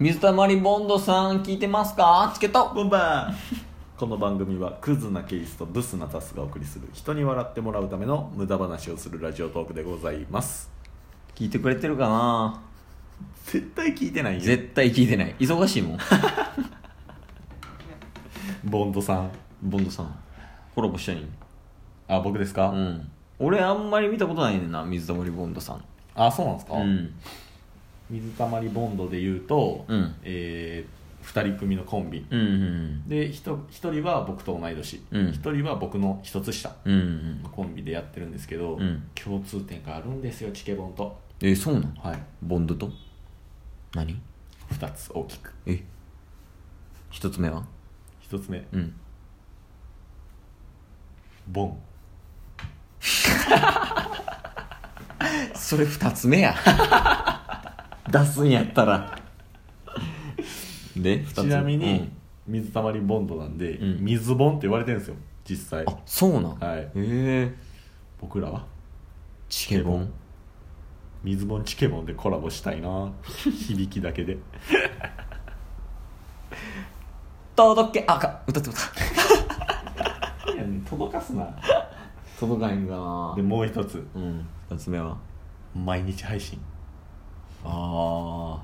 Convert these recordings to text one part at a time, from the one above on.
水溜りボンドさん聞いてますかチケットこんばん この番組はクズなケースとブスなタスがお送りする人に笑ってもらうための無駄話をするラジオトークでございます聞いてくれてるかな絶対聞いてないよ絶対聞いてない忙しいもん ボンドさんボンドさんコラボしたいんあ僕ですうか、ん俺あんまり見たことないねんな水溜りボンドさんあそうなんですか、うん水たまりボンドで言うと、うんえー、2人組のコンビ、うんうんでひと1人は僕と同い年、うん一1人は僕の1つ下うんうんうんのコンビでやってるんですけど、うん共通点があるんですよチケボンとえそうなのはいボンドと何2つ大きくえ一つ目は1つ目うんボンそれ二つ目 や出すんやったらで二つちなみに、うん水たまりボンドなんで、うん水ボンって言われてるんですよ実際あそうなんはいへえ僕らはチケボン水ボンチケボンでコラボしたいな響きだけで届けあか歌ってもた届かすな届かへんかなでもう一つうん二つ目は毎日配信あ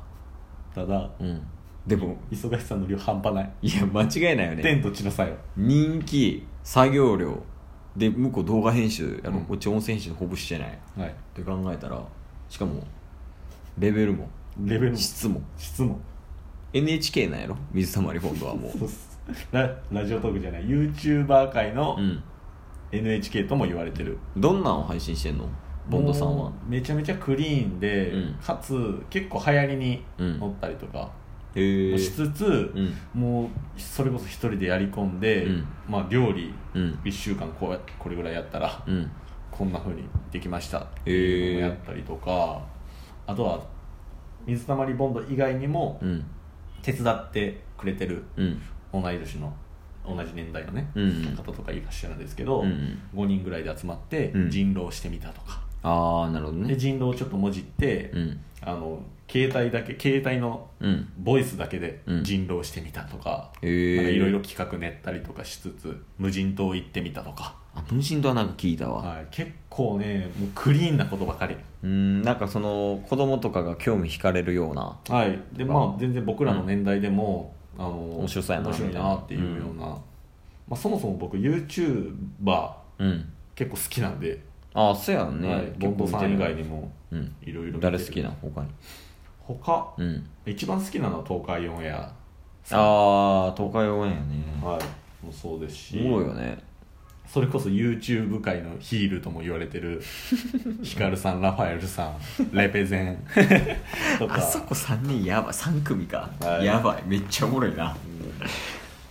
ただあうんでも忙しさの量半端ないいや間違いないよね天と地の差よ人気作業量で向こう動画編集あの、うんこっち音声編集ほぼしてないっはいて考えたらしかもレベルもレベルも質も質問 NHK なんやろ水溜りボンドはもうそうっすララジオトークじゃない YouTuber 界のうん NHK とも言われてる、どんなんを配信してんのボンドさんはもうめちゃめちゃクリーンで、うんかつ結構流行りにうん乗ったりとかへえもしつつ、うんもうそれこそ一人でやり込んで、うんまあ、料理うん1週間こうやこれぐらいやったら、うんこんなふうにできましたってへーいうのをやったりとか、あとは水溜りボンド以外にもうん手伝ってくれてるうん同い年の同じ年代のね、うん方とかいらっしゃるんですけど、うん5人ぐらいで集まってうん人狼してみたとか、ああなるほどでね人狼をちょっともじって、うんあの携帯だけ携帯のうんボイスだけでうん人狼してみたとか、へなんかえいろいろ企画練ったりとかしつつ無人島行ってみたとか、あ分身とはなんか聞いたわ、はい、結構ねもうクリーンなことばかりうんなんかその子供とかが興味惹かれるようなはいでまあ全然僕らの年代でも、あの面白そうやな面白いなっていうような、まあ、そもそも僕 YouTuber うん結構好きなんで、ああそうやんね、はい、ボンボさん以外にもうんいろいろ見てる誰好きなん他に他うん一番好きなのは東海オンエアああ東海オンエアねはいもそうですしおもろいよねそれこそ YouTube 界のヒールとも言われ てるヒカルさんラファエルさんレペゼンと かあそこ3人やばい3組か、はいやばいめっちゃおもろいな、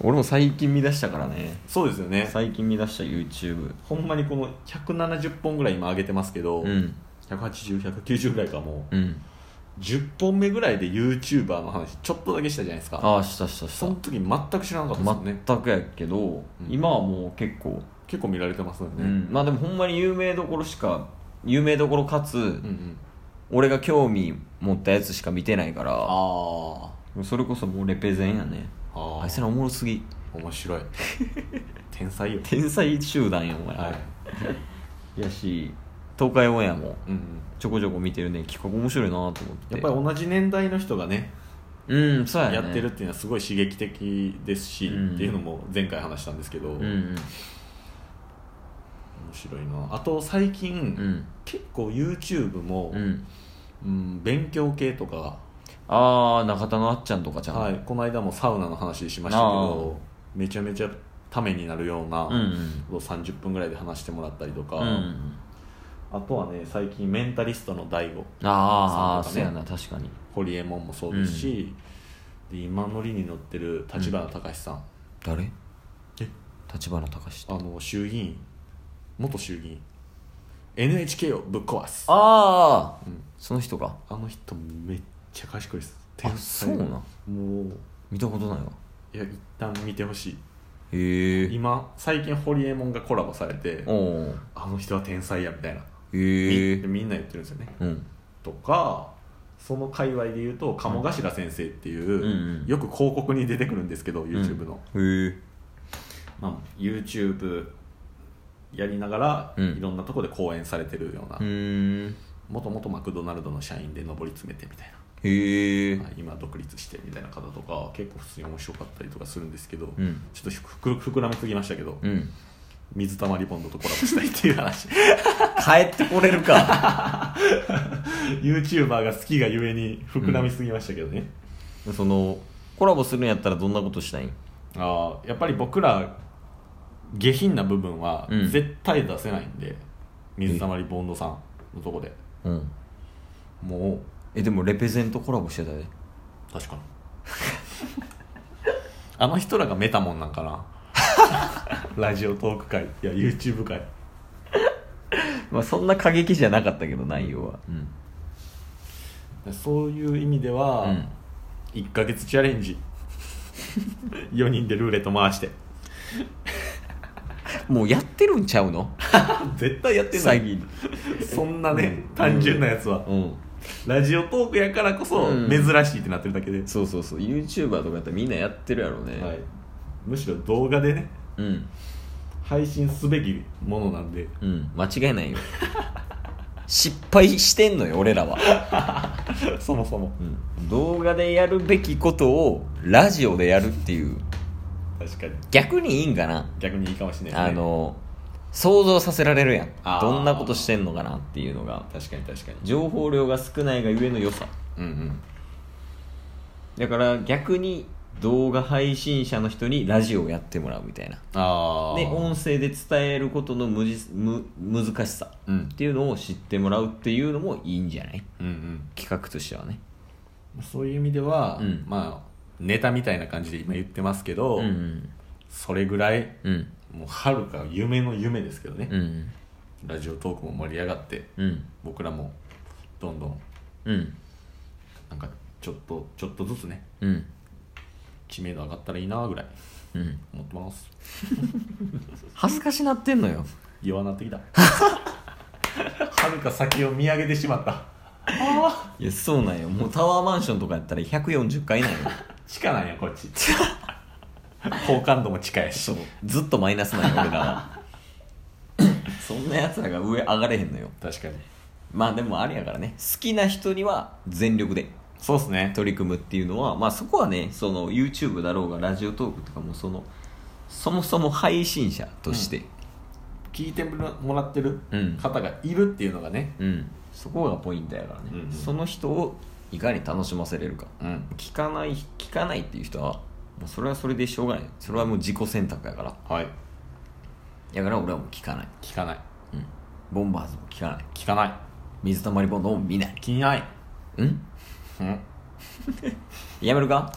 俺も最近見出したからねそうですよね最近見出した YouTube ほんまにこの170本ぐらい今上げてますけど、うん180190ぐらいかもうんう10本目ぐらいで YouTuber の話ちょっとだけしたじゃないですかああしたしたしたその時全く知らなかったですよね全くやけど、今はもう結構、結構見られてますよね、ううんん、まあでもほんまに有名どころしか有名どころかつ、うん、俺が興味持ったやつしか見てないからあそれこそもうレペゼンやねーあああいつらおもろすぎ面白い天才よ天才集団やお前、はい、やし東海オンエアもうん、ちょこちょこ見てるね企画面白いなと思ってやっぱり同じ年代の人がねうんそうや,、ね、やってるっていうのはすごい刺激的ですし、うんっていうのも前回話したんですけど、うん面うん白いなあと最近、うん結構 YouTube も、ううんん勉強系とか、ああ中田のあっちゃんとかじゃん、はい、この間もサウナの話しましたけどめちゃめちゃためになるような、うんうんことを30分ぐらいで話してもらったりとか、うんうんあとはね最近メンタリストの DAIGO ああ、さんとかねそうやな確かにホリエモンもそうですし、で今乗りに乗ってる立花隆さん、誰え立花隆あの衆議院元衆議院 NHK をぶっ壊すあああ、うんその人かの人めっちゃ賢いですあそうもなんう見たことないわいや一旦見てほしいへえ今最近ホリエモンがコラボされておおあの人は天才やみたいな、へえみみんな言ってるんですよねうんとかその界隈で言うと鴨頭先生っていう、うんうんよく広告に出てくるんですけど YouTube の、へえまあ、YouTube やりながら、うんいろんなとこで講演されてるような、うーんもともとマクドナルドの社員で上り詰めてみたいへえな、まあ今独立してみたいな方とか結構普通に面白かったりとかするんですけど、うんちょっとふく膨らみすぎましたけど、うん水溜りボンドとコラボしたいっていう 話帰ってこれるか YouTuber が好きがゆえに膨らみすぎましたけどね、 そのコラボするんやったらどんなことしたいんあーやっぱり僕ら下品な部分はうん絶対出せないんで、水溜りボンドさんのとこでうんもえでもレペゼンとコラボしてたでう確かに あの人らがメタモンなんかな ラジオトーク会いや YouTube 会まあそんな過激じゃなかったけど内容はうんそういう意味では、うん1ヶ月チャレ ンジ4人でルーレット回してもうやってるんちゃうの絶対やってな最い近そんなね、うん単純なやつは、うんラジオトークやからこそうん珍しいってなってるだけで、そうそうそう YouTuber とかやったらみんなやってるやろうね、はい、むしろ動画でねうん配信すべきものなんでうん間違いないよ 失敗してんのよ俺らは、 そもそもうん、動画でやるべきことをラジオでやるっていう確かに逆にいいんかな逆にいいかもしれないあですねの想像させられるやんあーどんなことしてんのかなっていうのが確かに確かに情報量が少ないがゆえの良さうんうんだから逆に動画配信者の人にラジオをやってもらうみたいなああで音声で伝えることの無実む難しさうんっていうのを知ってもらうっていうのもいいんじゃないうん企画としてはねうんそういう意味では、うんまあネタみたいな感じで今言ってますけど、うんそれぐらいうんもうはるか夢の夢ですけどね、うんラジオトークも盛り上がってうん僕らもどんどんうんなんかちょっとちょっとずつねうん知名度上がったらいいなぐらいうん思ってます恥ずかしなってんのよ弱なってきたはるか先を見上げてしまったあいやそうなんよもうタワーマンションとかやったら140階なんよー地下なんやこっち好感度も近いし そうずっとマイナスなんよ俺らは そんなやつらが上上がれへんのよ確かにまあでもあれやからね好きな人には全力でそうっすね取り組むっていうのはまあそこはねその YouTube だろうがラジオトークとかもそのそもそも配信者として、聞いてもらってるうん方がいるっていうのがねうんそこがポイントやからね、うんうんその人をいかに楽しませれるかうん聞かない聞かないっていう人はもうそれはそれでしょうがないそれはもう自己選択やからはいやから俺はもう聞かない、聞かないうん、ボンバーズも聞かない聞かない水溜りボンドも見ない気にないうんうんやめるか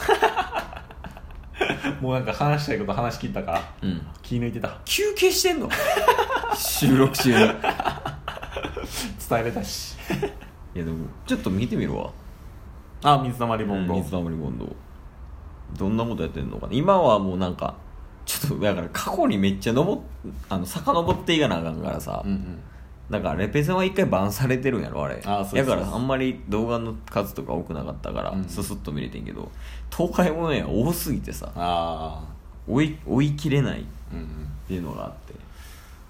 もうなんか話したいこと話し切ったからうん気抜いてた休憩してんの 収録中にいや伝えれたしでもちょっと見てみるわあ水溜りボンド、水溜りボンドどんなことやってんのかな今はもうなんかちょっとだから過去にめっちゃのぼあの遡っていかなあかんからさ、うんうんだからレペゼンは一回バンされてるんやろあれあーそうやですからあんまり動画の数とか多くなかったから、うんススッと見れてんけど東海オンエア多すぎてさあ追い追い切れないっあうんうんていうのがあって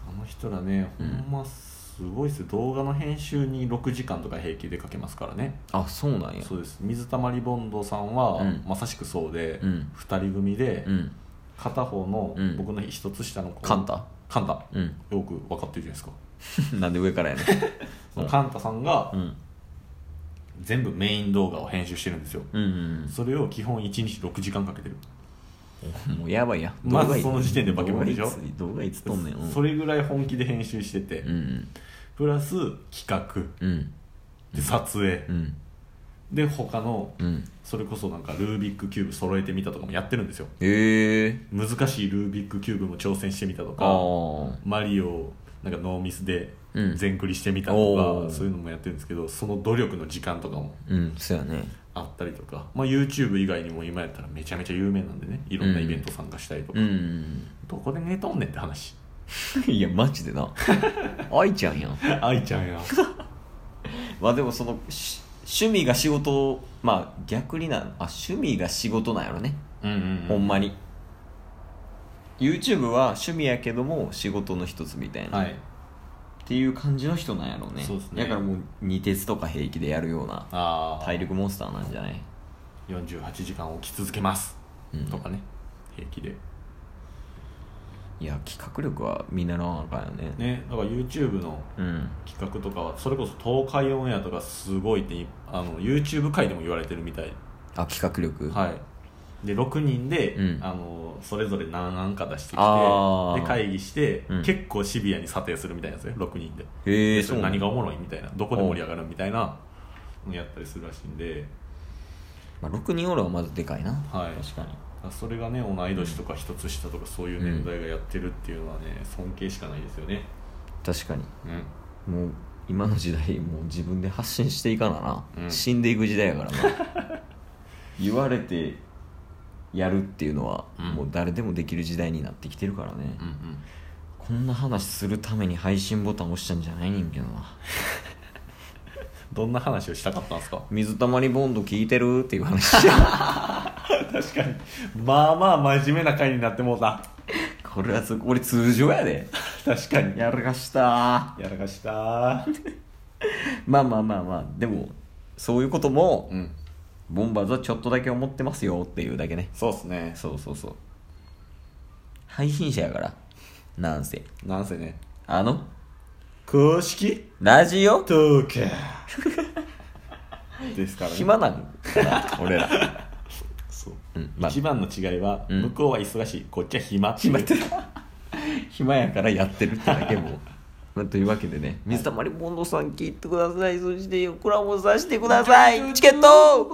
あの人らね、うんほんますごいですよ動画の編集に6時間とか平気でかけますからねあそうなんやそうです水溜りボンドさんは、うんまさしくそうで、う二ん2人組で、うん片方の、うん僕の一つ下の子カンタカンタうん よく分かってるじゃないですか、なんで上からやねそのカンタさんが、んうん全部メイン動画を編集してるんですようんうんそれを基本1日6時間かけてるうんもうやばいやまずその時点で化け物でしょ動画いつ動画いつ撮んねんうんそれぐらい本気で編集してて、うんプラス企画うんで撮影、うんで他のうんそれこそなんかルービックキューブ揃えてみたとかもやってるんですよへえ難しいルービックキューブも挑戦してみたとあかあマリオをなんかノーミスでうん全クリしてみたとか、おーそういうのもやってるんですけどその努力の時間とかもうんそうやねあったりとか、まあ、YouTube 以外にも今やったらめちゃめちゃ有名なんでねいろんなイベント参加したりとか、うんうんどこで寝とんねんって話 うん いやマジでな愛ちゃんやん 愛ちゃんやまあでもそのし趣味が仕事まあ逆になあ趣味が仕事なんやろね、うんうんほんまに YouTube は趣味やけども仕事の一つみたいな、はいっていう感じの人なんやろうねそうですねだからもう二鉄とか平気でやるようなああ体力モンスターなんじゃない48時間起き続けます、うんとかね平気でいや企画力は見習わなあかんよねねだから YouTube のうん企画とかはそれこそ東海オンエアとかすごいっていあの YouTube 界でも言われてるみたいあ企画力はいで6人で、うんあのそれぞれ何案か出してきてあーで会議して、うん結構シビアに査定するみたいなんですね6人でへえそそうれなん何がおもろいみたいなどこで盛り上がるみたいなのやったりするらしいんで、まあ、6人おるはまずでかいなはい、確かにあそれがね同い年とか一つ下とかそういう年代がやってるっていうのはね尊敬しかないですよね確かにうんもう今の時代もう自分で発信していかなな、うん死んでいく時代やからな 言われてやるっていうのは、うんもう誰でもできる時代になってきてるからね、うんうんこんな話するために配信ボタン押したんじゃないねんけどなどんな話をしたかったんですか水溜りボンド聞いてるっていう話 確かに まあまあ真面目な回になってもうたこれはつ俺通常やで確かにやらかしたやらかしたーまあまあまあまあでもそういうことも、うんボンバーズはちょっとだけ思ってますよっていうだけねそうっすねそうそうそう配信者やからなんせなんせねあの公式ラジオトーク ですからね暇なんかな俺らそう、うんまあ一番の違いは、うん向こうは忙しいこっちは暇っていう暇って暇やからやってるってだけもまあというわけでね水溜りボンドさん聞いてくださいそしてコラボさせてくださいチケット